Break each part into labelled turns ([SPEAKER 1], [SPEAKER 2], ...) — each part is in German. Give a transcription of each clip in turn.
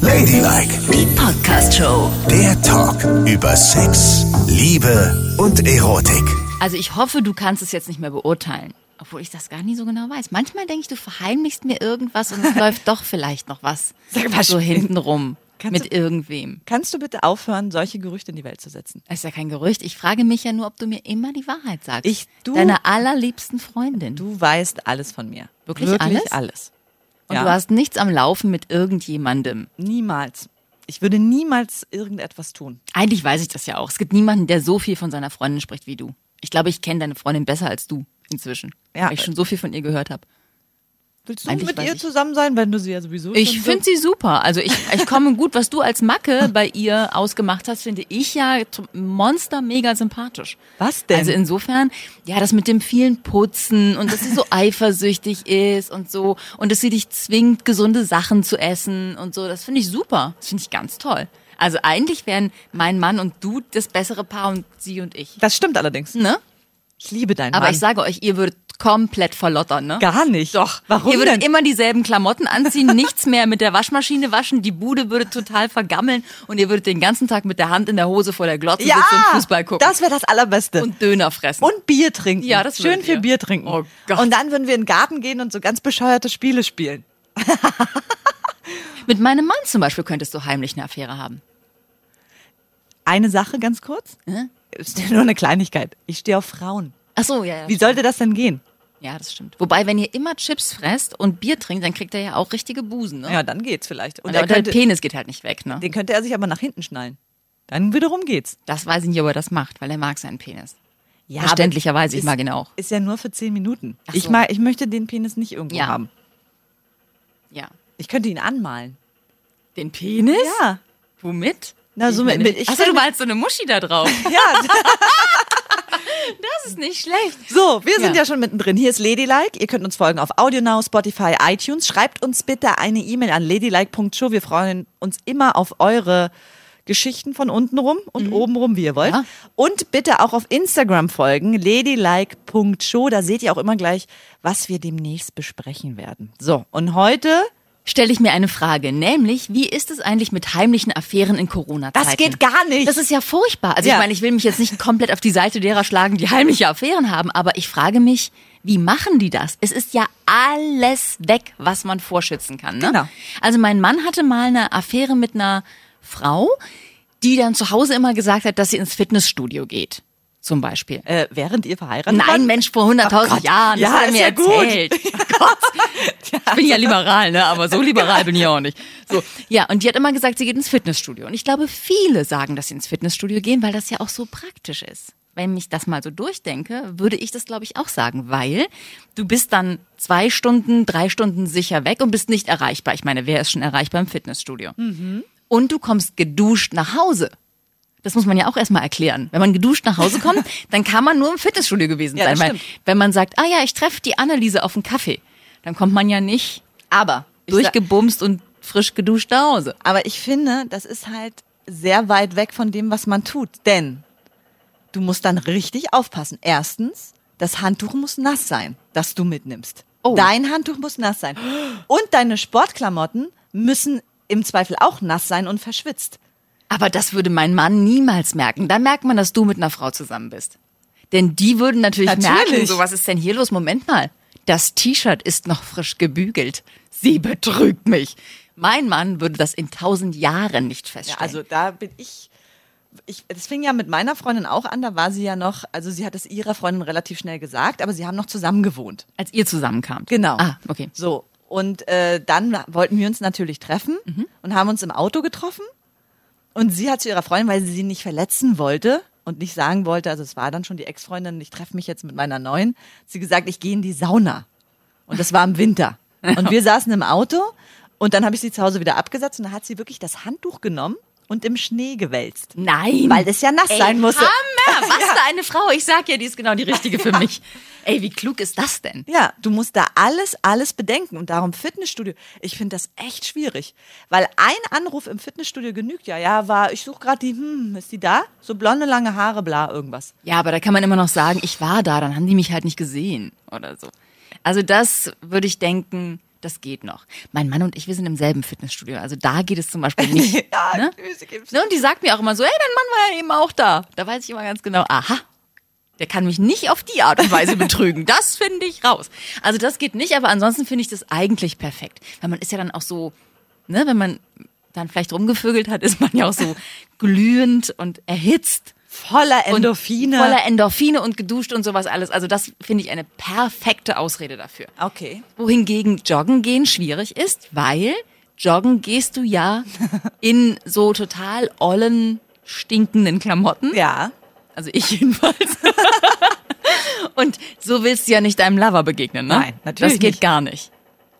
[SPEAKER 1] Ladylike,
[SPEAKER 2] Die Podcast Show.
[SPEAKER 1] der Talk über Sex, Liebe und Erotik.
[SPEAKER 3] Also ich hoffe, du kannst es jetzt nicht mehr beurteilen. Obwohl ich das gar nie so genau weiß. Manchmal denke ich, du verheimlichst mir irgendwas und es läuft doch vielleicht noch was
[SPEAKER 4] Sag mal,
[SPEAKER 3] so hintenrum
[SPEAKER 4] kannst
[SPEAKER 3] mit irgendwem.
[SPEAKER 4] Kannst du bitte aufhören, solche Gerüchte in die Welt zu setzen?
[SPEAKER 3] Das ist ja kein Gerücht. Ich frage mich ja nur, ob du mir immer die Wahrheit sagst.
[SPEAKER 4] Ich- du-
[SPEAKER 3] Deiner allerliebsten Freundin.
[SPEAKER 4] Du weißt alles von mir.
[SPEAKER 3] Wirklich alles?
[SPEAKER 4] Wirklich alles?
[SPEAKER 3] und
[SPEAKER 4] ja.
[SPEAKER 3] du hast nichts am Laufen mit irgendjemandem.
[SPEAKER 4] niemals. Ich würde niemals irgendetwas tun.
[SPEAKER 3] Eigentlich weiß ich das ja auch. Es gibt niemanden, der so viel von seiner Freundin spricht wie du. Ich glaube, ich kenne deine Freundin besser als du inzwischen.
[SPEAKER 4] Ja.
[SPEAKER 3] Weil ich schon so viel von ihr gehört habe.
[SPEAKER 4] Willst du
[SPEAKER 3] Eigentlich
[SPEAKER 4] mit
[SPEAKER 3] weiß
[SPEAKER 4] ihr
[SPEAKER 3] ich-
[SPEAKER 4] zusammen sein, wenn du sie ja sowieso
[SPEAKER 3] Ich
[SPEAKER 4] schon so-
[SPEAKER 3] finde sie super. Also ich, ich komme gut, was du als Macke bei ihr ausgemacht hast, finde ich ja zum monster mega sympathisch.
[SPEAKER 4] Was denn?
[SPEAKER 3] Also insofern, ja, das mit dem vielen Putzen und dass sie so eifersüchtig ist und so und dass sie dich zwingt, gesunde Sachen zu essen und so, das finde ich super. Das finde ich ganz toll. Also eigentlich wären mein Mann und du das bessere Paar und sie und ich.
[SPEAKER 4] Das stimmt allerdings.
[SPEAKER 3] Ne?
[SPEAKER 4] Ich liebe deinen
[SPEAKER 3] Aber
[SPEAKER 4] Mann.
[SPEAKER 3] ich sage euch, ihr würdet komplett verlottern, ne?
[SPEAKER 4] Gar nicht. Doch.
[SPEAKER 3] Ihr
[SPEAKER 4] Warum denn?
[SPEAKER 3] würdet immer dieselben Klamotten anziehen, nichts mehr mit der Waschmaschine waschen, die Bude würde total vergammeln und ihr würdet den ganzen Tag mit der Hand in der Hose vor der Glotze
[SPEAKER 4] ja,
[SPEAKER 3] sitzen und Fußball gucken
[SPEAKER 4] das wäre das Allerbeste.
[SPEAKER 3] und Döner fressen.
[SPEAKER 4] Und Bier trinken.
[SPEAKER 3] Ja, das
[SPEAKER 4] Schön
[SPEAKER 3] würdet
[SPEAKER 4] viel
[SPEAKER 3] ihr.
[SPEAKER 4] Bier trinken.
[SPEAKER 3] Oh Gott.
[SPEAKER 4] Und dann würden wir in den Garten gehen und so ganz bescheuerte Spiele spielen.
[SPEAKER 3] mit meinem Mann zum Beispiel könntest du heimlich eine Affäre haben.
[SPEAKER 4] Eine Sache ganz kurz.
[SPEAKER 3] Hm?
[SPEAKER 4] Ist ja nur eine Kleinigkeit. Ich stehe auf Frauen.
[SPEAKER 3] Ach so, ja, ja.
[SPEAKER 4] Wie sollte das denn gehen?
[SPEAKER 3] Ja, das stimmt. Wobei, wenn ihr immer Chips fresst und Bier trinkt, dann kriegt er ja auch richtige Busen, ne?
[SPEAKER 4] Ja, dann geht's vielleicht. Und,
[SPEAKER 3] Und,
[SPEAKER 4] er
[SPEAKER 3] der, der
[SPEAKER 4] könnte,
[SPEAKER 3] Penis geht halt nicht weg, ne?
[SPEAKER 4] den könnte er sich aber nach hinten schnallen. Dann wiederum geht's.
[SPEAKER 3] Das weiß ich nicht, ob er das macht, weil er mag seinen Penis.
[SPEAKER 4] Ja,
[SPEAKER 3] Verständlicherweise, ich
[SPEAKER 4] ist-
[SPEAKER 3] mag ihn auch.
[SPEAKER 4] Ist ja nur für zehn Minuten.
[SPEAKER 3] Ach
[SPEAKER 4] Ich,
[SPEAKER 3] so.
[SPEAKER 4] mag, ich möchte den Penis nicht irgendwo
[SPEAKER 3] Ja.
[SPEAKER 4] haben.
[SPEAKER 3] Ja.
[SPEAKER 4] Ich könnte ihn anmalen.
[SPEAKER 3] Den Penis?
[SPEAKER 4] Ja.
[SPEAKER 3] Womit?
[SPEAKER 4] Na, so mit- mit- ich
[SPEAKER 3] Achso,
[SPEAKER 4] stell
[SPEAKER 3] du
[SPEAKER 4] mir-
[SPEAKER 3] malst so eine Muschi da drauf.
[SPEAKER 4] Ja.
[SPEAKER 3] Das ist nicht schlecht.
[SPEAKER 4] So, wir sind
[SPEAKER 3] Ja.
[SPEAKER 4] ja schon mittendrin. Hier ist Ladylike. Ihr könnt uns folgen auf AudioNow, Spotify, iTunes. Schreibt uns bitte eine E-Mail an ladylike.show. Wir freuen uns immer auf eure Geschichten von unten rum und oben rum, wie ihr wollt.
[SPEAKER 3] Ja.
[SPEAKER 4] Und bitte auch auf Instagram folgen, ladylike.show. Da seht ihr auch immer gleich, was wir demnächst besprechen werden. So, und heute
[SPEAKER 3] stelle ich mir eine Frage, nämlich, wie ist es eigentlich mit heimlichen Affären in Corona-Zeiten?
[SPEAKER 4] Das geht gar nicht.
[SPEAKER 3] Das ist ja furchtbar. Also
[SPEAKER 4] Ja.
[SPEAKER 3] ich meine, ich will mich jetzt nicht komplett auf die Seite derer schlagen, die heimliche Affären haben, aber ich frage mich, wie machen die das? Es ist ja alles weg, was man vorschützen kann. Ne?
[SPEAKER 4] Genau.
[SPEAKER 3] Also mein Mann hatte mal eine Affäre mit einer Frau, die dann zu Hause immer gesagt hat, dass sie ins Fitnessstudio geht, zum Beispiel.
[SPEAKER 4] äh, während ihr verheiratet wart?
[SPEAKER 3] Nein, Mensch, vor 100.000
[SPEAKER 4] Gott.
[SPEAKER 3] Jahren. Das
[SPEAKER 4] Ja,
[SPEAKER 3] hat er
[SPEAKER 4] ist
[SPEAKER 3] mir
[SPEAKER 4] ja gut.
[SPEAKER 3] erzählt. Oh Gott. Ich bin ja liberal, ne? aber so liberal bin ich auch nicht. So, ja, und die hat immer gesagt, sie geht ins Fitnessstudio. Und ich glaube, viele sagen, dass sie ins Fitnessstudio gehen, weil das ja auch so praktisch ist. Wenn ich das mal so durchdenke, würde ich das, glaube ich, auch sagen, weil du bist dann zwei Stunden, drei Stunden sicher weg und bist nicht erreichbar. Ich meine, wer ist schon erreichbar im Fitnessstudio? Und du kommst geduscht nach Hause. Das muss man ja auch erstmal erklären. Wenn man geduscht nach Hause kommt, dann kann man nur im Fitnessstudio gewesen
[SPEAKER 4] Ja,
[SPEAKER 3] sein.
[SPEAKER 4] das
[SPEAKER 3] Weil, wenn man sagt, ah ja, ich treffe die Anneliese auf einen Kaffee, dann kommt man ja nicht
[SPEAKER 4] Aber ich sag-
[SPEAKER 3] durchgebumst und frisch geduscht nach Hause.
[SPEAKER 4] Aber ich finde, das ist halt sehr weit weg von dem, was man tut. Denn du musst dann richtig aufpassen. Erstens, das Handtuch muss nass sein, das du mitnimmst.
[SPEAKER 3] Oh.
[SPEAKER 4] Dein Handtuch muss nass sein. Und deine Sportklamotten müssen im Zweifel auch nass sein und verschwitzt.
[SPEAKER 3] Aber das würde mein Mann niemals merken. Da merkt man, dass du mit einer Frau zusammen bist. Denn die würden natürlich,
[SPEAKER 4] Natürlich.
[SPEAKER 3] merken, so was ist denn hier los? Moment mal. Das T-Shirt ist noch frisch gebügelt. Sie betrügt mich. Mein Mann würde das in tausend Jahren nicht
[SPEAKER 4] Ja,
[SPEAKER 3] feststellen.
[SPEAKER 4] also da bin ich. Ich, das fing ja mit meiner Freundin auch an, da war sie ja noch, also sie hat es ihrer Freundin relativ schnell gesagt, aber sie haben noch zusammen gewohnt.
[SPEAKER 3] als ihr zusammenkamt.
[SPEAKER 4] Genau.
[SPEAKER 3] Ah, okay.
[SPEAKER 4] So. Und äh, dann wollten wir uns natürlich treffen
[SPEAKER 3] Mhm.
[SPEAKER 4] und haben uns im Auto getroffen. Und sie hat zu ihrer Freundin, weil sie sie nicht verletzen wollte und nicht sagen wollte, also es war dann schon die Ex-Freundin, ich treffe mich jetzt mit meiner neuen, hat sie gesagt, ich gehe in die Sauna. Und das war im Winter. Und wir saßen im Auto und dann habe ich sie zu Hause wieder abgesetzt und dann hat sie wirklich das Handtuch genommen und im Schnee gewälzt.
[SPEAKER 3] Nein.
[SPEAKER 4] Weil das ja nass sein musste.
[SPEAKER 3] Mhm. Hammer! Was für eine Frau. Ich sag ja, die ist genau die richtige für mich. Ey, wie klug ist das denn?
[SPEAKER 4] Ja, du musst da alles, alles bedenken. Und darum Fitnessstudio. Ich finde das echt schwierig. Weil ein Anruf im Fitnessstudio genügt ja. Ja, war, ich suche gerade die, hm, ist die da? So blonde, lange Haare, bla, irgendwas.
[SPEAKER 3] Ja, aber da kann man immer noch sagen, ich war da, dann haben die mich halt nicht gesehen oder so. Also das würde ich denken, das geht noch. Mein Mann und ich, wir sind im selben Fitnessstudio. Also da geht es zum Beispiel nicht.
[SPEAKER 4] Ja,
[SPEAKER 3] ne?
[SPEAKER 4] Grüße gibt's.
[SPEAKER 3] Ne, Und die sagt mir auch immer so, hey, dein Mann war ja eben auch da. Da weiß ich immer ganz genau, aha, der kann mich nicht auf die Art und Weise betrügen. Das finde ich raus. Also das geht nicht, aber ansonsten finde ich das eigentlich perfekt. Weil man ist ja dann auch so, ne, wenn man dann vielleicht rumgevögelt hat, ist man ja auch so glühend und erhitzt.
[SPEAKER 4] Voller
[SPEAKER 3] Und
[SPEAKER 4] Endorphine.
[SPEAKER 3] Voller Endorphine und geduscht und sowas alles. Also das finde ich eine perfekte Ausrede dafür.
[SPEAKER 4] okay.
[SPEAKER 3] Wohingegen Joggen gehen schwierig ist, weil Joggen gehst du ja in so total ollen, stinkenden Klamotten.
[SPEAKER 4] Ja.
[SPEAKER 3] Also ich jedenfalls. und so willst du ja nicht deinem Lover begegnen, ne?
[SPEAKER 4] Nein, natürlich
[SPEAKER 3] Das geht
[SPEAKER 4] nicht.
[SPEAKER 3] gar nicht.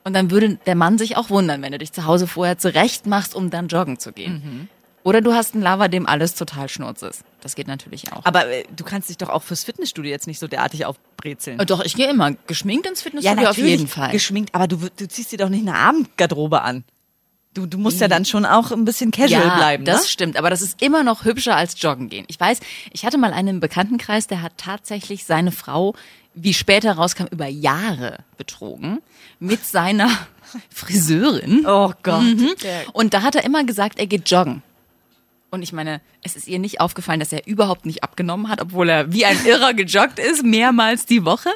[SPEAKER 3] Und dann würde der Mann sich auch wundern, wenn du dich zu Hause vorher zurecht machst, um dann joggen zu gehen. Oder du hast einen Lover, dem alles total schnurz ist. Das geht natürlich auch.
[SPEAKER 4] Aber äh, du kannst dich doch auch fürs Fitnessstudio jetzt nicht so derartig aufbrezeln.
[SPEAKER 3] Äh, Doch, ich gehe immer geschminkt ins Fitnessstudio auf jeden Fall.
[SPEAKER 4] Geschminkt, aber du, du ziehst dir doch nicht eine Abendgarderobe an. Du, du musst ja dann schon auch ein bisschen casual
[SPEAKER 3] ja,
[SPEAKER 4] bleiben.
[SPEAKER 3] Das
[SPEAKER 4] ne?
[SPEAKER 3] stimmt, aber das ist immer noch hübscher als joggen gehen. Ich weiß, ich hatte mal einen im Bekanntenkreis, der hat tatsächlich seine Frau, wie später rauskam, über Jahre betrogen mit seiner Friseurin.
[SPEAKER 4] Oh Gott.
[SPEAKER 3] Mhm. Und da hat er immer gesagt, er geht joggen. Und ich meine, es ist ihr nicht aufgefallen, dass er überhaupt nicht abgenommen hat, obwohl er wie ein Irrer gejoggt ist, mehrmals die Woche.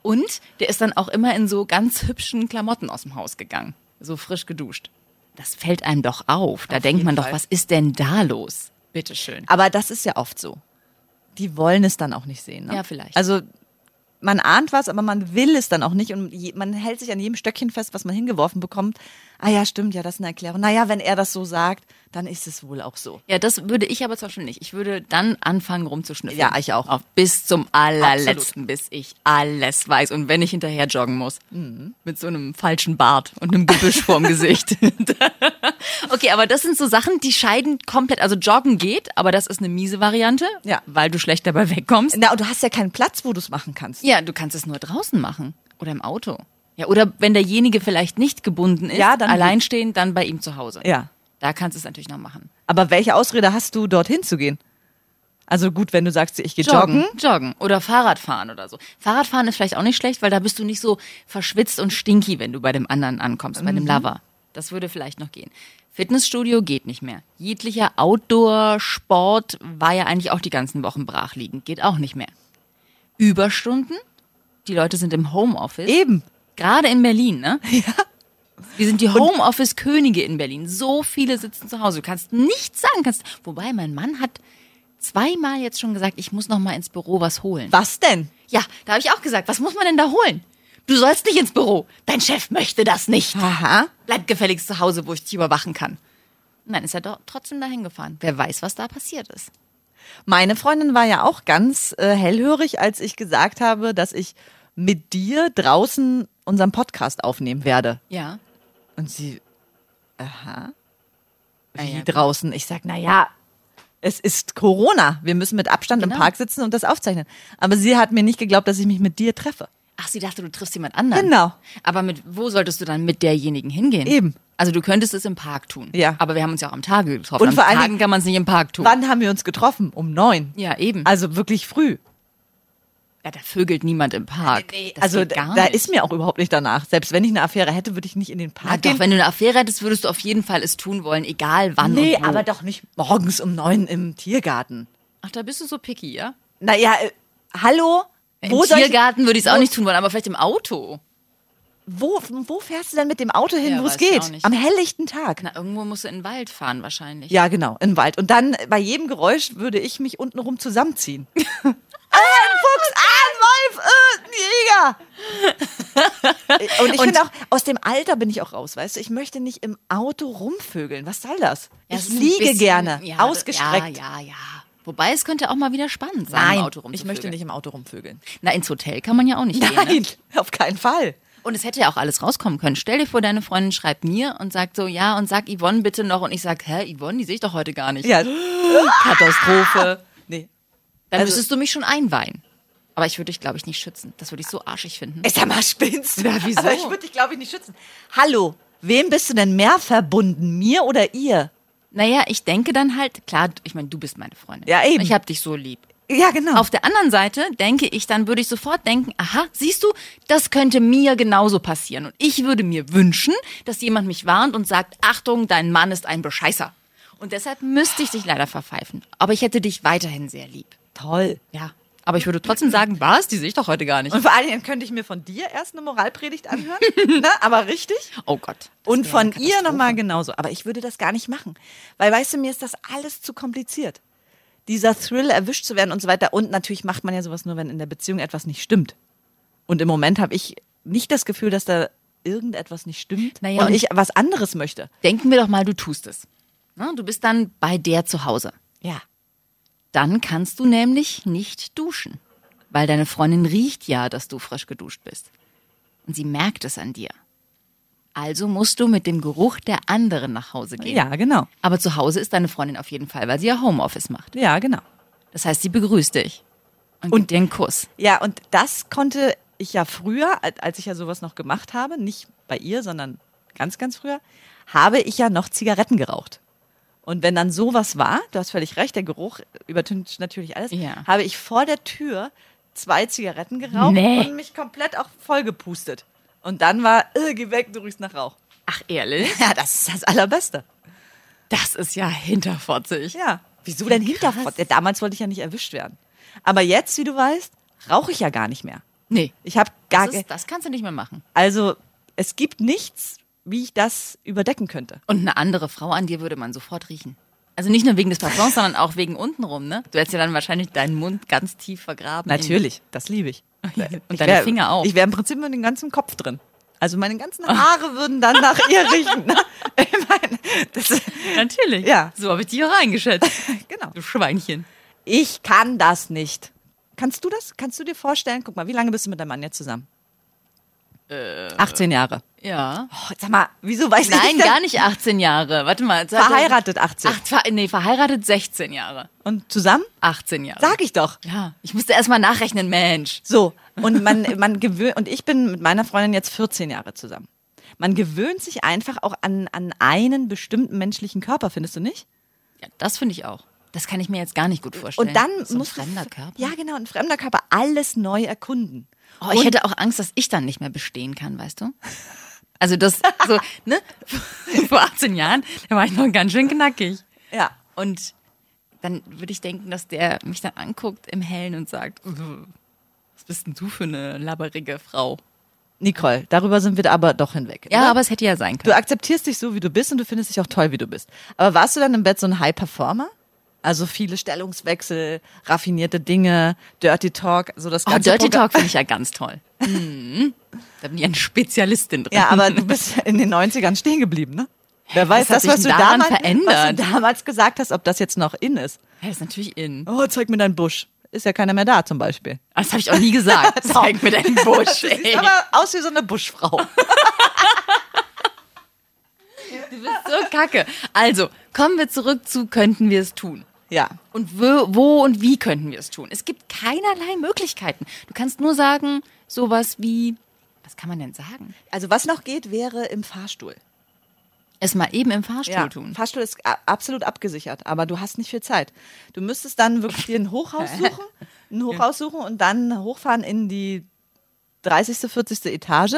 [SPEAKER 3] Und der ist dann auch immer in so ganz hübschen Klamotten aus dem Haus gegangen, so frisch geduscht. Das fällt einem doch auf. Da denkt
[SPEAKER 4] jeden
[SPEAKER 3] man doch,
[SPEAKER 4] Fall.
[SPEAKER 3] was ist denn da los? Bitteschön.
[SPEAKER 4] Aber das ist ja oft so. Die wollen es dann auch nicht sehen. Ne?
[SPEAKER 3] Ja, vielleicht.
[SPEAKER 4] Also man ahnt was, aber man will es dann auch nicht und je, man hält sich an jedem Stöckchen fest, was man hingeworfen bekommt. Ah ja, stimmt, ja, das ist eine Erklärung. Naja, wenn er das so sagt, dann ist es wohl auch so.
[SPEAKER 3] Ja, das würde ich aber zum Beispiel nicht. Ich würde dann anfangen rumzuschnüffeln.
[SPEAKER 4] Ja, ich auch.
[SPEAKER 3] Auf, bis zum allerletzten, bis ich alles weiß. Und wenn ich hinterher joggen muss, mit so einem falschen Bart und einem Gebüsch vorm Gesicht. okay, aber das sind so Sachen, die scheiden komplett. Also joggen geht, aber das ist eine miese Variante,
[SPEAKER 4] Ja. Äh,
[SPEAKER 3] weil du schlecht dabei wegkommst.
[SPEAKER 4] Na, und du hast ja keinen Platz, wo du es machen kannst.
[SPEAKER 3] Ja, du kannst es nur draußen machen oder im Auto. Ja, oder wenn derjenige vielleicht nicht gebunden ist,
[SPEAKER 4] Ja, dann-
[SPEAKER 3] alleinstehend, dann bei ihm zu Hause.
[SPEAKER 4] Ja.
[SPEAKER 3] Da kannst du es natürlich noch machen.
[SPEAKER 4] Aber welche Ausrede hast du, dorthin zu gehen? Also gut, wenn du sagst, ich gehe joggen.
[SPEAKER 3] Joggen, joggen oder Fahrradfahren oder so. Fahrradfahren ist vielleicht auch nicht schlecht, weil da bist du nicht so verschwitzt und stinky, wenn du bei dem anderen ankommst, bei dem Lover. Das würde vielleicht noch gehen. Fitnessstudio geht nicht mehr. Jeglicher Outdoor-Sport war ja eigentlich auch die ganzen Wochen brach liegen. Geht auch nicht mehr. Überstunden? Die Leute sind im Homeoffice.
[SPEAKER 4] Eben.
[SPEAKER 3] Gerade in Berlin, ne? Ja. Wir sind die Homeoffice-Könige in Berlin. So viele sitzen zu Hause. Du kannst nichts sagen. Kannst, wobei, mein Mann hat zweimal jetzt schon gesagt, ich muss noch mal ins Büro was holen.
[SPEAKER 4] Was denn?
[SPEAKER 3] Ja, da habe ich auch gesagt, was muss man denn da holen? Du sollst nicht ins Büro. Dein Chef möchte das nicht.
[SPEAKER 4] Aha.
[SPEAKER 3] Bleib gefälligst zu Hause, wo ich dich überwachen kann. Und dann ist er doch trotzdem dahin gefahren. Wer weiß, was da passiert ist.
[SPEAKER 4] Meine Freundin war ja auch ganz äh, hellhörig, als ich gesagt habe, dass ich mit dir draußen unseren Podcast aufnehmen werde.
[SPEAKER 3] Ja.
[SPEAKER 4] Und sie, aha, wie
[SPEAKER 3] Ah ja, gut.
[SPEAKER 4] draußen? Ich sag, na ja, es ist Corona. Wir müssen mit Abstand
[SPEAKER 3] Genau.
[SPEAKER 4] im Park sitzen und das aufzeichnen. Aber sie hat mir nicht geglaubt, dass ich mich mit dir treffe.
[SPEAKER 3] Ach, sie dachte, du triffst jemand anderen.
[SPEAKER 4] Genau.
[SPEAKER 3] Aber mit wo solltest du dann mit derjenigen hingehen?
[SPEAKER 4] Eben.
[SPEAKER 3] Also du könntest es im Park tun.
[SPEAKER 4] Ja.
[SPEAKER 3] Aber wir haben uns ja auch am Tage getroffen.
[SPEAKER 4] Und
[SPEAKER 3] am
[SPEAKER 4] vor allen
[SPEAKER 3] Tagen
[SPEAKER 4] Dingen-
[SPEAKER 3] kann man es nicht im Park tun.
[SPEAKER 4] Wann haben wir uns getroffen? Um neun.
[SPEAKER 3] Ja, eben.
[SPEAKER 4] Also wirklich früh.
[SPEAKER 3] ja, da vögelt niemand im Park. Das
[SPEAKER 4] also
[SPEAKER 3] geht
[SPEAKER 4] da,
[SPEAKER 3] gar
[SPEAKER 4] da
[SPEAKER 3] nicht.
[SPEAKER 4] ist mir auch überhaupt nicht danach. Selbst wenn ich eine Affäre hätte, würde ich nicht in den
[SPEAKER 3] Na
[SPEAKER 4] Park
[SPEAKER 3] doch,
[SPEAKER 4] gehen.
[SPEAKER 3] wenn du eine Affäre hättest, würdest du auf jeden Fall es tun wollen, egal wann
[SPEAKER 4] nee,
[SPEAKER 3] und wo.
[SPEAKER 4] aber doch nicht morgens um neun im Tiergarten.
[SPEAKER 3] Ach, da bist du so picky, ja?
[SPEAKER 4] Naja, äh, hallo?
[SPEAKER 3] Im
[SPEAKER 4] Wo, soll ich,
[SPEAKER 3] Tiergarten würde ich es auch
[SPEAKER 4] wo-
[SPEAKER 3] nicht tun wollen, aber vielleicht im Auto.
[SPEAKER 4] wo, wo fährst du denn mit dem Auto hin,
[SPEAKER 3] Ja,
[SPEAKER 4] wo
[SPEAKER 3] weiß
[SPEAKER 4] es
[SPEAKER 3] ich
[SPEAKER 4] geht?
[SPEAKER 3] auch nicht.
[SPEAKER 4] Am helllichten Tag.
[SPEAKER 3] Na, irgendwo musst du in den Wald fahren wahrscheinlich.
[SPEAKER 4] Ja, genau, im Wald. Und dann äh, bei jedem Geräusch würde ich mich untenrum zusammenziehen. ah, ein Fuchs, ah, ein Wolf, äh, ein Jäger. Äh, Und ich
[SPEAKER 3] Und-
[SPEAKER 4] finde auch, aus dem Alter bin ich auch raus, weißt du? Ich möchte nicht im Auto rumvögeln. Was soll das?
[SPEAKER 3] Ja, es
[SPEAKER 4] ich
[SPEAKER 3] ist ein
[SPEAKER 4] liege
[SPEAKER 3] bisschen-
[SPEAKER 4] gerne,
[SPEAKER 3] ja, das-
[SPEAKER 4] ausgestreckt.
[SPEAKER 3] Ja, ja, ja. Wobei es könnte auch mal wieder spannend sein, im Auto
[SPEAKER 4] ich möchte
[SPEAKER 3] rumzuvögeln.
[SPEAKER 4] nicht im Auto rumvögeln.
[SPEAKER 3] Na, ins Hotel kann man ja auch nicht gehen. Ne?
[SPEAKER 4] Nein, auf keinen Fall.
[SPEAKER 3] Und es hätte ja auch alles rauskommen können. Stell dir vor, deine Freundin schreibt mir und sagt so, ja, und sag Yvonne bitte noch. Und ich sag, hä, Yvonne, die sehe ich doch heute gar nicht.
[SPEAKER 4] Ja.
[SPEAKER 3] Katastrophe.
[SPEAKER 4] Nee.
[SPEAKER 3] Dann
[SPEAKER 4] Also-
[SPEAKER 3] müsstest du mich schon einweihen. Aber ich würde dich, glaube ich, nicht schützen. Das würde ich so arschig finden.
[SPEAKER 4] Ey, Sag mal, spinnst du?
[SPEAKER 3] Ja, wieso?
[SPEAKER 4] Aber ich würde dich, glaube ich, nicht schützen. Hallo, wem bist du denn mehr verbunden? Mir oder ihr?
[SPEAKER 3] Naja, ich denke dann halt, klar, ich meine, du bist meine Freundin.
[SPEAKER 4] Ja, eben.
[SPEAKER 3] Ich habe dich so lieb.
[SPEAKER 4] Ja, genau.
[SPEAKER 3] Auf der anderen Seite denke ich, dann würde ich sofort denken, aha, siehst du, das könnte mir genauso passieren. Und ich würde mir wünschen, dass jemand mich warnt und sagt, Achtung, dein Mann ist ein Bescheißer. Und deshalb müsste ich dich leider verpfeifen. Aber ich hätte dich weiterhin sehr lieb.
[SPEAKER 4] Toll.
[SPEAKER 3] Ja. Aber ich würde trotzdem sagen, was? Die sehe ich doch heute gar nicht.
[SPEAKER 4] Und vor allen Dingen könnte ich mir von dir erst eine Moralpredigt anhören, ne? aber richtig.
[SPEAKER 3] Oh Gott.
[SPEAKER 4] Und von ihr nochmal genauso. Aber ich würde das gar nicht machen. Weil, weißt du, mir ist das alles zu kompliziert. Dieser Thrill, erwischt zu werden und so weiter. Und natürlich macht man ja sowas nur, wenn in der Beziehung etwas nicht stimmt. Und im Moment habe ich nicht das Gefühl, dass da irgendetwas nicht stimmt
[SPEAKER 3] Naja,
[SPEAKER 4] und
[SPEAKER 3] und-
[SPEAKER 4] ich was anderes möchte.
[SPEAKER 3] Denken wir doch mal, du tust es. Na, du bist dann bei der zu Hause.
[SPEAKER 4] Ja.
[SPEAKER 3] Dann kannst du nämlich nicht duschen. Weil deine Freundin riecht ja, dass du frisch geduscht bist. Und sie merkt es an dir. Also musst du mit dem Geruch der anderen nach Hause gehen.
[SPEAKER 4] Ja, genau.
[SPEAKER 3] Aber zu Hause ist deine Freundin auf jeden Fall, weil sie ja Homeoffice macht.
[SPEAKER 4] Ja, genau.
[SPEAKER 3] Das heißt, sie begrüßt dich und, gibt dir einen Kuss.
[SPEAKER 4] Ja, und das konnte ich ja früher, als- als ich ja sowas noch gemacht habe, nicht bei ihr, sondern ganz, ganz früher, habe ich ja noch Zigaretten geraucht. Und wenn dann sowas war, du hast völlig recht, der Geruch übertüncht natürlich alles,
[SPEAKER 3] Ja.
[SPEAKER 4] habe ich vor der Tür zwei Zigaretten geraucht
[SPEAKER 3] Nee.
[SPEAKER 4] und mich komplett auch vollgepustet. Und dann war, äh, geh weg, du riechst nach Rauch.
[SPEAKER 3] Ach, ehrlich?
[SPEAKER 4] Ja, das ist das Allerbeste.
[SPEAKER 3] Das ist ja hinterfotzig.
[SPEAKER 4] Ja. Wieso denn hinterfort? Ja, damals wollte ich ja nicht erwischt werden. Aber jetzt, wie du weißt, rauche ich ja gar nicht mehr.
[SPEAKER 3] Nee,
[SPEAKER 4] Ich habe gar
[SPEAKER 3] das,
[SPEAKER 4] ge-
[SPEAKER 3] ist, das kannst du nicht mehr machen.
[SPEAKER 4] Also, es gibt nichts, wie ich das überdecken könnte.
[SPEAKER 3] Und eine andere Frau an dir würde man sofort riechen. Also nicht nur wegen des Parfums, sondern auch wegen untenrum, ne? Du hättest ja dann wahrscheinlich deinen Mund ganz tief vergraben. in-
[SPEAKER 4] das liebe ich.
[SPEAKER 3] Und
[SPEAKER 4] Ich
[SPEAKER 3] deine
[SPEAKER 4] wär-
[SPEAKER 3] Finger auch. Ah.
[SPEAKER 4] Ich wäre im Prinzip mit dem ganzen Kopf drin. Also meine ganzen Haare würden dann nach ihr riechen. Ne? Ich meine, das,
[SPEAKER 3] Natürlich.
[SPEAKER 4] Ja.
[SPEAKER 3] So habe ich dich auch eingeschätzt.
[SPEAKER 4] genau.
[SPEAKER 3] Du Schweinchen.
[SPEAKER 4] Ich kann das nicht. Kannst du das? Kannst du dir vorstellen? Guck mal, wie lange bist du mit deinem Mann jetzt zusammen?
[SPEAKER 3] Äh.
[SPEAKER 4] 18 Jahre.
[SPEAKER 3] Ja.
[SPEAKER 4] Oh, sag mal, wieso weißt du
[SPEAKER 3] Nein,
[SPEAKER 4] denn-
[SPEAKER 3] gar nicht 18 Jahre. Warte mal. jetzt hat er-
[SPEAKER 4] Verheiratet 18.
[SPEAKER 3] Ach, ver nee, verheiratet 16 Jahre.
[SPEAKER 4] Und zusammen?
[SPEAKER 3] 18 Jahre.
[SPEAKER 4] Sag ich doch.
[SPEAKER 3] Ja, ich musste erst mal nachrechnen, Mensch.
[SPEAKER 4] So, und man, man gewöhnt, und ich bin mit meiner Freundin jetzt 14 Jahre zusammen. Man gewöhnt sich einfach auch an, an einen bestimmten menschlichen Körper, findest du nicht?
[SPEAKER 3] Ja, das finde ich auch. Das kann ich mir jetzt gar nicht gut vorstellen.
[SPEAKER 4] Und dann
[SPEAKER 3] so ein
[SPEAKER 4] muss
[SPEAKER 3] fremder Körper.
[SPEAKER 4] Ja, genau, ein fremder Körper alles neu erkunden.
[SPEAKER 3] Oh, ich
[SPEAKER 4] und,
[SPEAKER 3] hätte auch Angst, dass ich dann nicht mehr bestehen kann, weißt du? Also das, so, ne? Vor 18 Jahren, da war ich noch ganz schön knackig.
[SPEAKER 4] ja.
[SPEAKER 3] Und dann würde ich denken, dass der mich dann anguckt im Hellen und sagt, "Ugh, was bist denn du für eine labberige Frau?
[SPEAKER 4] Nicole, darüber sind wir aber doch hinweg.
[SPEAKER 3] Ja,
[SPEAKER 4] ne?
[SPEAKER 3] aber es hätte ja sein können.
[SPEAKER 4] du akzeptierst dich so, wie du bist und du findest dich auch toll, wie du bist. Aber warst du dann im Bett so ein High Performer? Also viele Stellungswechsel, raffinierte Dinge, Dirty Talk, so das
[SPEAKER 3] Oh,
[SPEAKER 4] ganze
[SPEAKER 3] Dirty
[SPEAKER 4] Programm.
[SPEAKER 3] Talk finde ich ja ganz toll. mhm. Da bin ich eine Spezialistin drin.
[SPEAKER 4] Ja, aber du bist in den 90ern stehen geblieben, ne? Wer weiß,
[SPEAKER 3] was hat
[SPEAKER 4] das, was
[SPEAKER 3] sich
[SPEAKER 4] du,
[SPEAKER 3] denn daran
[SPEAKER 4] damals, was
[SPEAKER 3] verändert?
[SPEAKER 4] du damals gesagt hast, ob das jetzt noch in ist.
[SPEAKER 3] Ja, das ist natürlich in. Ah,
[SPEAKER 4] Oh, zeig mir deinen Busch. Ist ja keiner mehr da zum Beispiel.
[SPEAKER 3] Das habe ich auch nie gesagt. Zeig mir deinen Busch.
[SPEAKER 4] Du siehst
[SPEAKER 3] Ey.
[SPEAKER 4] aber aus wie so eine Buschfrau.
[SPEAKER 3] Du bist so kacke. Also, kommen wir zurück zu, könnten wir es tun?
[SPEAKER 4] Ja.
[SPEAKER 3] Und wo, wo und wie könnten wir es tun? Es gibt keinerlei Möglichkeiten. Du kannst nur sagen, sowas wie, was kann man denn sagen?
[SPEAKER 4] Also was noch geht, wäre im Fahrstuhl.
[SPEAKER 3] Es mal eben im Fahrstuhl tun.
[SPEAKER 4] Fahrstuhl ist a- absolut abgesichert, aber du hast nicht viel Zeit. Du müsstest dann wirklich dir ein Hochhaus suchen, ein Hochhaus suchen und dann hochfahren in die 30., 40. Etage.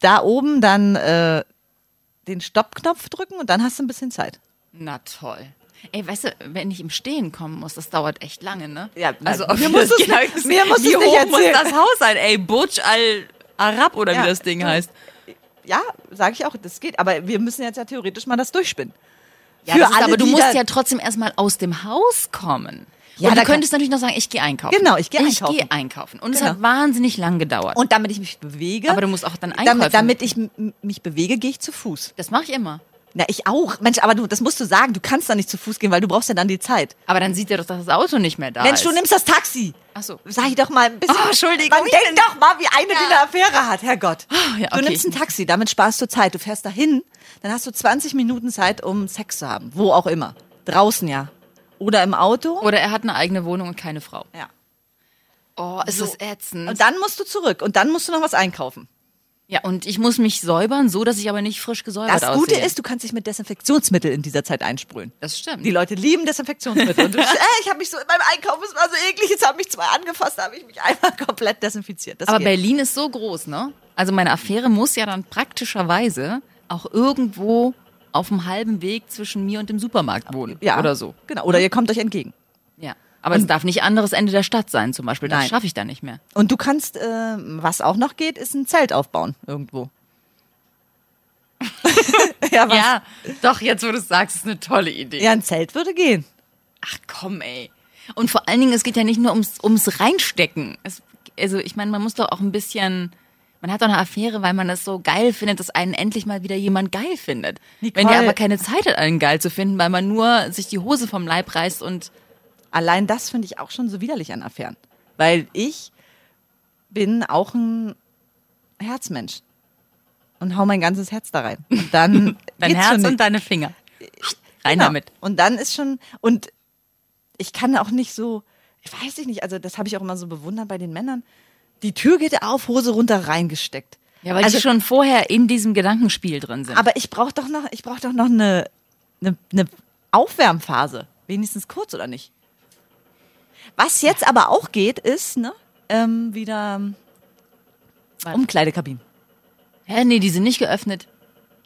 [SPEAKER 4] Da oben dann äh, den Stoppknopf drücken und dann hast du ein bisschen Zeit.
[SPEAKER 3] Na toll. Ey, weißt du, wenn ich im Stehen kommen muss, das dauert echt lange, ne?
[SPEAKER 4] Ja,
[SPEAKER 3] also
[SPEAKER 4] na,
[SPEAKER 3] auf
[SPEAKER 4] mir
[SPEAKER 3] das
[SPEAKER 4] musst du's
[SPEAKER 3] genau-
[SPEAKER 4] nicht- mir musst
[SPEAKER 3] wie
[SPEAKER 4] du's nicht
[SPEAKER 3] hoch muss
[SPEAKER 4] erzählen.
[SPEAKER 3] das Haus sein? Ey, Burj Al Arab oder
[SPEAKER 4] Ja,
[SPEAKER 3] wie das Ding
[SPEAKER 4] du-
[SPEAKER 3] heißt.
[SPEAKER 4] Ja, sage ich auch, das geht, aber wir müssen jetzt ja theoretisch mal das durchspinnen.
[SPEAKER 3] Ja, das ist, aber du
[SPEAKER 4] die
[SPEAKER 3] musst
[SPEAKER 4] da-
[SPEAKER 3] ja trotzdem erstmal aus dem Haus kommen.
[SPEAKER 4] Ja,
[SPEAKER 3] Ja, Und
[SPEAKER 4] da
[SPEAKER 3] du
[SPEAKER 4] kann-
[SPEAKER 3] könntest natürlich noch sagen, ich gehe einkaufen.
[SPEAKER 4] Genau, ich gehe einkaufen.
[SPEAKER 3] Ich gehe einkaufen. Und es
[SPEAKER 4] Genau.
[SPEAKER 3] hat wahnsinnig lang gedauert.
[SPEAKER 4] Und damit ich mich bewege.
[SPEAKER 3] Aber du musst auch dann Einkäufe-
[SPEAKER 4] damit, damit ich m- mich bewege, gehe ich zu Fuß.
[SPEAKER 3] das mache ich immer.
[SPEAKER 4] Na, ich auch. Mensch, aber du, das musst du sagen. Du kannst da nicht zu Fuß gehen, weil du brauchst ja dann die Zeit.
[SPEAKER 3] Aber dann sieht er doch, dass das Auto nicht mehr da
[SPEAKER 4] Mensch,
[SPEAKER 3] ist.
[SPEAKER 4] du nimmst das Taxi.
[SPEAKER 3] Ach so.
[SPEAKER 4] Sag ich doch mal ein bisschen.
[SPEAKER 3] Oh, Entschuldigung. Oh,
[SPEAKER 4] Man denkt doch mal, wie eine, die eine Affäre hat, Herrgott.
[SPEAKER 3] ja, okay.
[SPEAKER 4] Du nimmst ein Taxi, damit sparst du Zeit. Du fährst dahin, dann hast du 20 Minuten Zeit, um Sex zu haben. Wo auch immer. Draußen ja. Oder im Auto.
[SPEAKER 3] Oder er hat eine eigene Wohnung und keine Frau.
[SPEAKER 4] ja.
[SPEAKER 3] Oh, es ist ätzend.
[SPEAKER 4] Und dann musst du zurück und dann musst du noch was einkaufen.
[SPEAKER 3] Ja, und ich muss mich säubern, so dass ich aber nicht frisch gesäubert
[SPEAKER 4] Das Gute
[SPEAKER 3] aussehe.
[SPEAKER 4] ist, du kannst dich mit Desinfektionsmittel in dieser Zeit einsprühen.
[SPEAKER 3] Das stimmt.
[SPEAKER 4] Die Leute lieben Desinfektionsmittel. Und du bist, äh, ich habe mich so in meinem Einkauf, es war so eklig, jetzt haben mich zwei angefasst, da habe ich mich einmal komplett desinfiziert. Das
[SPEAKER 3] aber
[SPEAKER 4] geht.
[SPEAKER 3] Berlin ist so groß, ne? Also meine Affäre muss ja dann praktischerweise auch irgendwo auf dem halben Weg zwischen mir und dem Supermarkt wohnen
[SPEAKER 4] ja,
[SPEAKER 3] oder so. Mhm.
[SPEAKER 4] Genau. Oder ihr kommt euch entgegen.
[SPEAKER 3] Ja. Aber es darf nicht anderes Ende der Stadt sein, zum Beispiel. Das
[SPEAKER 4] Nein.
[SPEAKER 3] schaffe ich dann nicht mehr.
[SPEAKER 4] Und du kannst, äh, was auch noch geht, ist ein Zelt aufbauen irgendwo. ja, was?
[SPEAKER 3] Ja, doch, jetzt wo du es sagst, ist eine tolle Idee.
[SPEAKER 4] ja, ein Zelt würde gehen.
[SPEAKER 3] Ach komm, ey. Und vor allen Dingen, es geht ja nicht nur ums, ums Reinstecken. Es, also ich meine, man muss doch auch ein bisschen, man hat doch eine Affäre, weil man es so geil findet, dass einen endlich mal wieder jemand geil findet.
[SPEAKER 4] Nicole.
[SPEAKER 3] Wenn der aber keine Zeit hat, einen geil zu finden, weil man nur sich die Hose vom Leib reißt und
[SPEAKER 4] Allein das finde ich auch schon so widerlich an Affären. Weil ich bin auch ein Herzmensch. Und hau mein ganzes Herz da rein. Und dann
[SPEAKER 3] dein
[SPEAKER 4] geht's schon
[SPEAKER 3] Herz
[SPEAKER 4] nicht.
[SPEAKER 3] und deine Finger. Rein
[SPEAKER 4] Genau.
[SPEAKER 3] damit.
[SPEAKER 4] Und dann ist schon, und ich kann auch nicht so, ich weiß ich nicht, also das habe ich auch immer so bewundert bei den Männern. Die Tür geht auf, Hose runter, reingesteckt.
[SPEAKER 3] Ja, weil
[SPEAKER 4] also,
[SPEAKER 3] die schon vorher in diesem Gedankenspiel drin sind.
[SPEAKER 4] aber ich brauche doch noch, ich brauche doch noch eine, eine, eine Aufwärmphase. Wenigstens kurz, oder nicht? Was jetzt aber auch geht, ist, ne, ähm, wieder ähm,
[SPEAKER 3] Was?
[SPEAKER 4] Umkleidekabinen.
[SPEAKER 3] Hä, nee, die sind nicht geöffnet.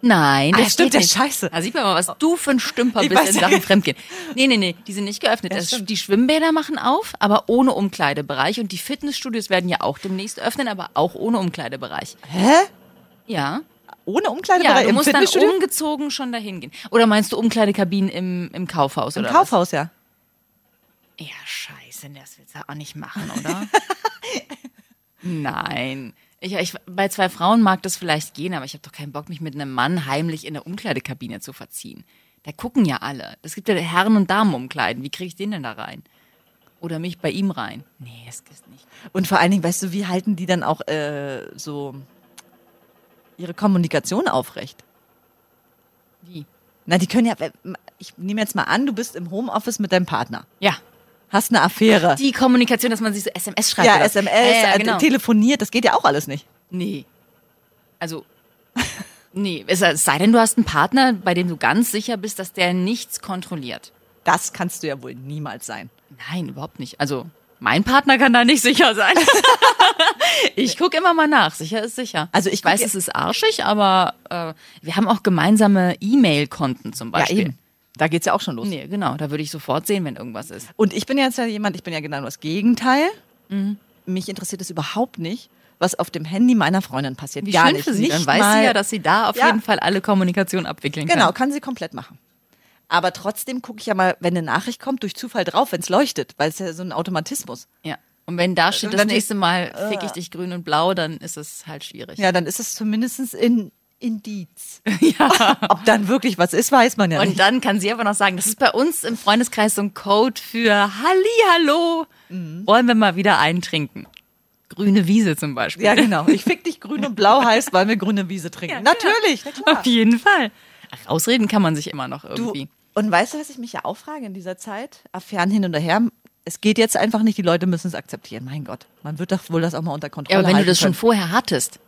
[SPEAKER 3] Nein,
[SPEAKER 4] Ah,
[SPEAKER 3] das
[SPEAKER 4] stimmt,
[SPEAKER 3] geht
[SPEAKER 4] der
[SPEAKER 3] nicht.
[SPEAKER 4] Scheiße.
[SPEAKER 3] Da sieht man mal, was du für ein Stümper
[SPEAKER 4] Ich
[SPEAKER 3] bist
[SPEAKER 4] weiß
[SPEAKER 3] in
[SPEAKER 4] ja
[SPEAKER 3] Sachen
[SPEAKER 4] nicht.
[SPEAKER 3] Fremdgehen. Nee, nee, nee, die sind nicht geöffnet.
[SPEAKER 4] Ja,
[SPEAKER 3] Das,
[SPEAKER 4] stimmt.
[SPEAKER 3] die Schwimmbäder machen auf, aber ohne Umkleidebereich. Und die Fitnessstudios werden ja auch demnächst öffnen, aber auch ohne Umkleidebereich.
[SPEAKER 4] Hä?
[SPEAKER 3] Ja,
[SPEAKER 4] Ohne
[SPEAKER 3] ja
[SPEAKER 4] Umkleidebereich
[SPEAKER 3] du
[SPEAKER 4] im
[SPEAKER 3] musst dann um-
[SPEAKER 4] Fitnessstudio?
[SPEAKER 3] umgezogen schon dahin gehen. Oder meinst du Umkleidekabinen im, im Kaufhaus?
[SPEAKER 4] Im
[SPEAKER 3] oder
[SPEAKER 4] Kaufhaus,
[SPEAKER 3] Was?
[SPEAKER 4] ja.
[SPEAKER 3] Ja, scheiße, das willst du auch nicht machen, oder? Nein. Ich, ich, bei zwei Frauen mag das vielleicht gehen, aber ich habe doch keinen Bock, mich mit einem Mann heimlich in der Umkleidekabine zu verziehen. Da gucken ja alle. Es gibt ja Herren- und Damenumkleiden. Wie kriege ich den denn da rein? Oder mich bei ihm rein? Nee, das geht nicht.
[SPEAKER 4] Und vor allen Dingen, weißt du, wie halten die dann auch äh, so ihre Kommunikation aufrecht?
[SPEAKER 3] Wie?
[SPEAKER 4] Na, die können ja, ich nehme jetzt mal an, du bist im Homeoffice mit deinem Partner,
[SPEAKER 3] Ja.
[SPEAKER 4] hast eine Affäre,
[SPEAKER 3] Die Kommunikation, dass man sich so SMS schreibt.
[SPEAKER 4] ja,
[SPEAKER 3] oder-
[SPEAKER 4] SMS,
[SPEAKER 3] ja, ja,
[SPEAKER 4] äh,
[SPEAKER 3] genau.
[SPEAKER 4] telefoniert, das geht ja auch alles nicht.
[SPEAKER 3] Nee. Also. Nee, es es sei denn, du hast einen Partner, bei dem du ganz sicher bist, dass der nichts kontrolliert.
[SPEAKER 4] Das kannst du ja wohl niemals sein.
[SPEAKER 3] Nein, überhaupt nicht. Also, mein Partner kann da nicht sicher sein. ich gucke immer mal nach. Sicher ist sicher.
[SPEAKER 4] Also ich guck
[SPEAKER 3] weiß,
[SPEAKER 4] ja-
[SPEAKER 3] es ist arschig, aber äh, wir haben auch gemeinsame E-Mail-Konten zum Beispiel.
[SPEAKER 4] Da geht's ja auch schon los.
[SPEAKER 3] Nee, genau. Da würde ich sofort sehen, wenn irgendwas ist.
[SPEAKER 4] Und ich bin jetzt ja jemand, ich bin ja genau das Gegenteil.
[SPEAKER 3] Mhm.
[SPEAKER 4] Mich interessiert es überhaupt nicht, was auf dem Handy meiner Freundin passiert.
[SPEAKER 3] Wie
[SPEAKER 4] Gar
[SPEAKER 3] schön
[SPEAKER 4] nicht.
[SPEAKER 3] für sie.
[SPEAKER 4] nicht
[SPEAKER 3] Dann weiß
[SPEAKER 4] mal,
[SPEAKER 3] sie ja, dass sie da auf
[SPEAKER 4] Ja.
[SPEAKER 3] jeden Fall alle Kommunikation abwickeln
[SPEAKER 4] Genau,
[SPEAKER 3] kann.
[SPEAKER 4] kann sie komplett machen. Aber trotzdem gucke ich ja mal, wenn eine Nachricht kommt, durch Zufall drauf, wenn es leuchtet, weil es ja so ein Automatismus.
[SPEAKER 3] Ja. Und wenn da steht,
[SPEAKER 4] Und
[SPEAKER 3] das
[SPEAKER 4] Äh, dann- Ah.
[SPEAKER 3] nächste Mal fick ich dich grün und blau, dann ist es halt schwierig.
[SPEAKER 4] Ja, dann ist es zumindest in Indiz.
[SPEAKER 3] ja.
[SPEAKER 4] Ob dann wirklich was ist, weiß man ja
[SPEAKER 3] Und
[SPEAKER 4] nicht.
[SPEAKER 3] dann kann sie aber noch sagen, das ist bei uns im Freundeskreis so ein Code für Hallihallo. Wollen wir mal wieder eintrinken? Grüne Wiese zum Beispiel.
[SPEAKER 4] Ja, genau. Ich fick dich grün und blau heißt, weil wir grüne Wiese trinken. Natürlich, na klar.
[SPEAKER 3] Auf jeden Fall. Ach, ausreden kann man sich immer noch
[SPEAKER 4] Du,
[SPEAKER 3] irgendwie.
[SPEAKER 4] und weißt du, was ich mich ja auch frage in dieser Zeit? Affären hin und her. Es geht jetzt einfach nicht, die Leute müssen es akzeptieren. Mein Gott, man wird doch wohl das auch mal unter Kontrolle
[SPEAKER 3] ja, aber wenn du
[SPEAKER 4] halten
[SPEAKER 3] das schon
[SPEAKER 4] können.
[SPEAKER 3] vorher hattest,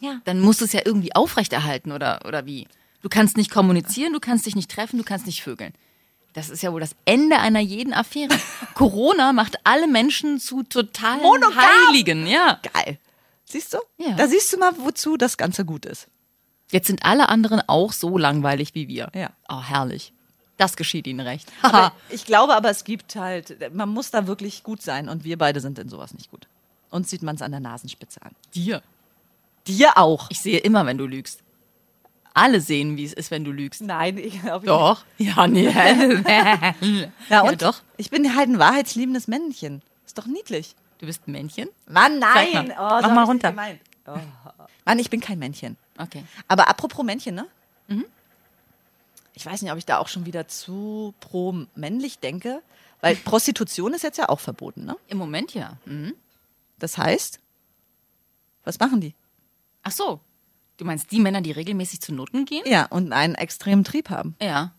[SPEAKER 4] Ja.
[SPEAKER 3] dann musst du es ja irgendwie aufrechterhalten oder, oder wie? Du kannst nicht kommunizieren, du kannst dich nicht treffen, du kannst nicht vögeln. Das ist ja wohl das Ende einer jeden Affäre. Corona macht alle Menschen zu totalen
[SPEAKER 4] Monogam!
[SPEAKER 3] Heiligen, ja.
[SPEAKER 4] Geil. Siehst du?
[SPEAKER 3] Ja.
[SPEAKER 4] Da siehst du mal, wozu das Ganze gut ist.
[SPEAKER 3] Jetzt sind alle anderen auch so langweilig wie wir.
[SPEAKER 4] Ja.
[SPEAKER 3] Oh, herrlich. Das geschieht ihnen recht.
[SPEAKER 4] Aber
[SPEAKER 3] Haha.
[SPEAKER 4] ich glaube aber, es gibt halt, man muss da wirklich gut sein und wir beide sind in sowas nicht gut. Uns sieht man es an der Nasenspitze an.
[SPEAKER 3] Dir.
[SPEAKER 4] Dir auch.
[SPEAKER 3] Ich sehe immer, wenn du lügst. Alle sehen, wie es ist, wenn du lügst.
[SPEAKER 4] Nein, ich glaube
[SPEAKER 3] Doch. Ja, nee. ja,
[SPEAKER 4] Ja, und
[SPEAKER 3] doch.
[SPEAKER 4] Ich bin halt ein wahrheitsliebendes Männchen. Ist doch niedlich.
[SPEAKER 3] Du bist ein Männchen?
[SPEAKER 4] Mann,
[SPEAKER 3] Zeig
[SPEAKER 4] nein.
[SPEAKER 3] mal.
[SPEAKER 4] Oh, so
[SPEAKER 3] Mach
[SPEAKER 4] hab
[SPEAKER 3] mal
[SPEAKER 4] ich's
[SPEAKER 3] runter.
[SPEAKER 4] nicht gemeint. Oh. Mann, ich bin kein Männchen.
[SPEAKER 3] Okay.
[SPEAKER 4] Aber apropos Männchen, ne? Ich weiß nicht, ob ich da auch schon wieder zu pro männlich denke, weil Prostitution ist jetzt ja auch verboten, ne?
[SPEAKER 3] Im Moment ja. Mhm.
[SPEAKER 4] Das heißt, was machen die?
[SPEAKER 3] Ach so. Du meinst die Männer, die regelmäßig zu Noten gehen?
[SPEAKER 4] Ja, und einen extremen Trieb haben.
[SPEAKER 3] Ja.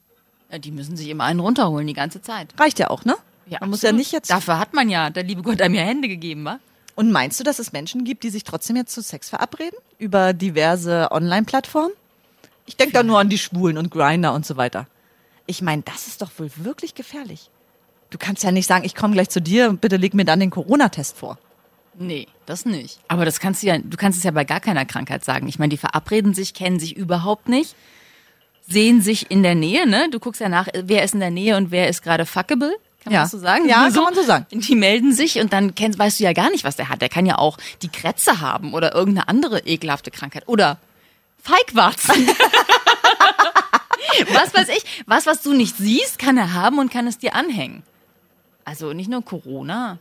[SPEAKER 3] Ja, Die müssen sich immer einen runterholen, die ganze Zeit.
[SPEAKER 4] Reicht ja auch, ne?
[SPEAKER 3] Ja,
[SPEAKER 4] Man muss ja
[SPEAKER 3] absolut.
[SPEAKER 4] nicht jetzt.
[SPEAKER 3] Dafür hat man ja, der liebe Gott, einem ja Hände gegeben, wa?
[SPEAKER 4] Und meinst du, dass es Menschen gibt, die sich trotzdem jetzt zu Sex verabreden? Über diverse Online-Plattformen? Ich denke da nur an die Schwulen und Grinder und so weiter. Ich meine, das ist doch wohl wirklich gefährlich. Du kannst ja nicht sagen, ich komme gleich zu dir und bitte leg mir dann den Corona-Test vor.
[SPEAKER 3] Nee, das nicht. Aber das kannst du ja, du kannst es ja bei gar keiner Krankheit sagen. Ich meine, die verabreden sich, kennen sich überhaupt nicht, sehen sich in der Nähe, ne? Du guckst ja nach, wer ist in der Nähe und wer ist gerade fuckable. Kann
[SPEAKER 4] Ja.
[SPEAKER 3] man das so sagen?
[SPEAKER 4] Ja, kann man so sagen.
[SPEAKER 3] Die melden sich und dann kennst, weißt du ja gar nicht, was der hat. Der kann ja auch die Krätze haben oder irgendeine andere ekelhafte Krankheit oder Feigwarzen. was weiß ich, was, was du nicht siehst, kann er haben und kann es dir anhängen. Also nicht nur Corona.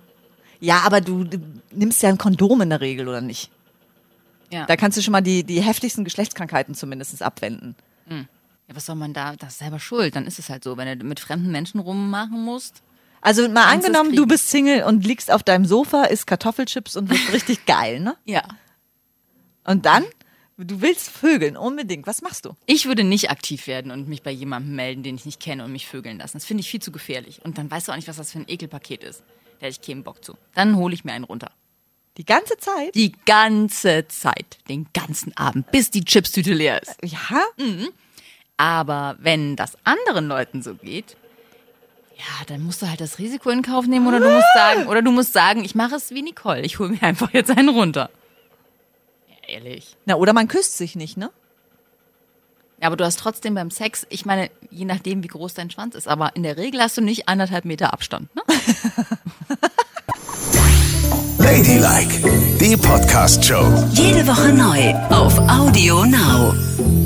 [SPEAKER 4] Ja, aber du, du nimmst ja ein Kondom in der Regel, oder nicht?
[SPEAKER 3] Ja.
[SPEAKER 4] Da kannst du schon mal die, die heftigsten Geschlechtskrankheiten zumindest abwenden.
[SPEAKER 3] Ja, was soll man da? Das ist selber schuld. Dann ist es halt so, wenn du mit fremden Menschen rummachen musst.
[SPEAKER 4] Also mal
[SPEAKER 3] Kannst du's
[SPEAKER 4] angenommen, du
[SPEAKER 3] kriegen.
[SPEAKER 4] bist Single und liegst auf deinem Sofa, isst Kartoffelchips und wirst richtig geil, ne?
[SPEAKER 3] Ja.
[SPEAKER 4] Und dann, du willst vögeln, unbedingt. Was machst du?
[SPEAKER 3] Ich würde nicht aktiv werden und mich bei jemandem melden, den ich nicht kenne und mich vögeln lassen. Das finde ich viel zu gefährlich. Und dann weißt du auch nicht, was das für ein Ekelpaket ist. Da hätte ich keinen Bock zu. Dann hole ich mir einen runter.
[SPEAKER 4] Die ganze Zeit?
[SPEAKER 3] Die ganze Zeit. Den ganzen Abend. Bis die Chipstüte leer ist.
[SPEAKER 4] Ja?
[SPEAKER 3] Aber wenn das anderen Leuten so geht, ja, dann musst du halt das Risiko in Kauf nehmen oder du musst sagen, oder du musst sagen, ich mache es wie Nicole, ich hole mir einfach jetzt einen runter. Ja, ehrlich.
[SPEAKER 4] Na, oder man küsst sich nicht, ne?
[SPEAKER 3] Ja, aber du hast trotzdem beim Sex, ich meine, je nachdem, wie groß dein Schwanz ist, aber in der Regel hast du nicht anderthalb Meter Abstand, ne?
[SPEAKER 1] Ladylike, die Podcast-Show.
[SPEAKER 2] Jede Woche neu auf Audio Now.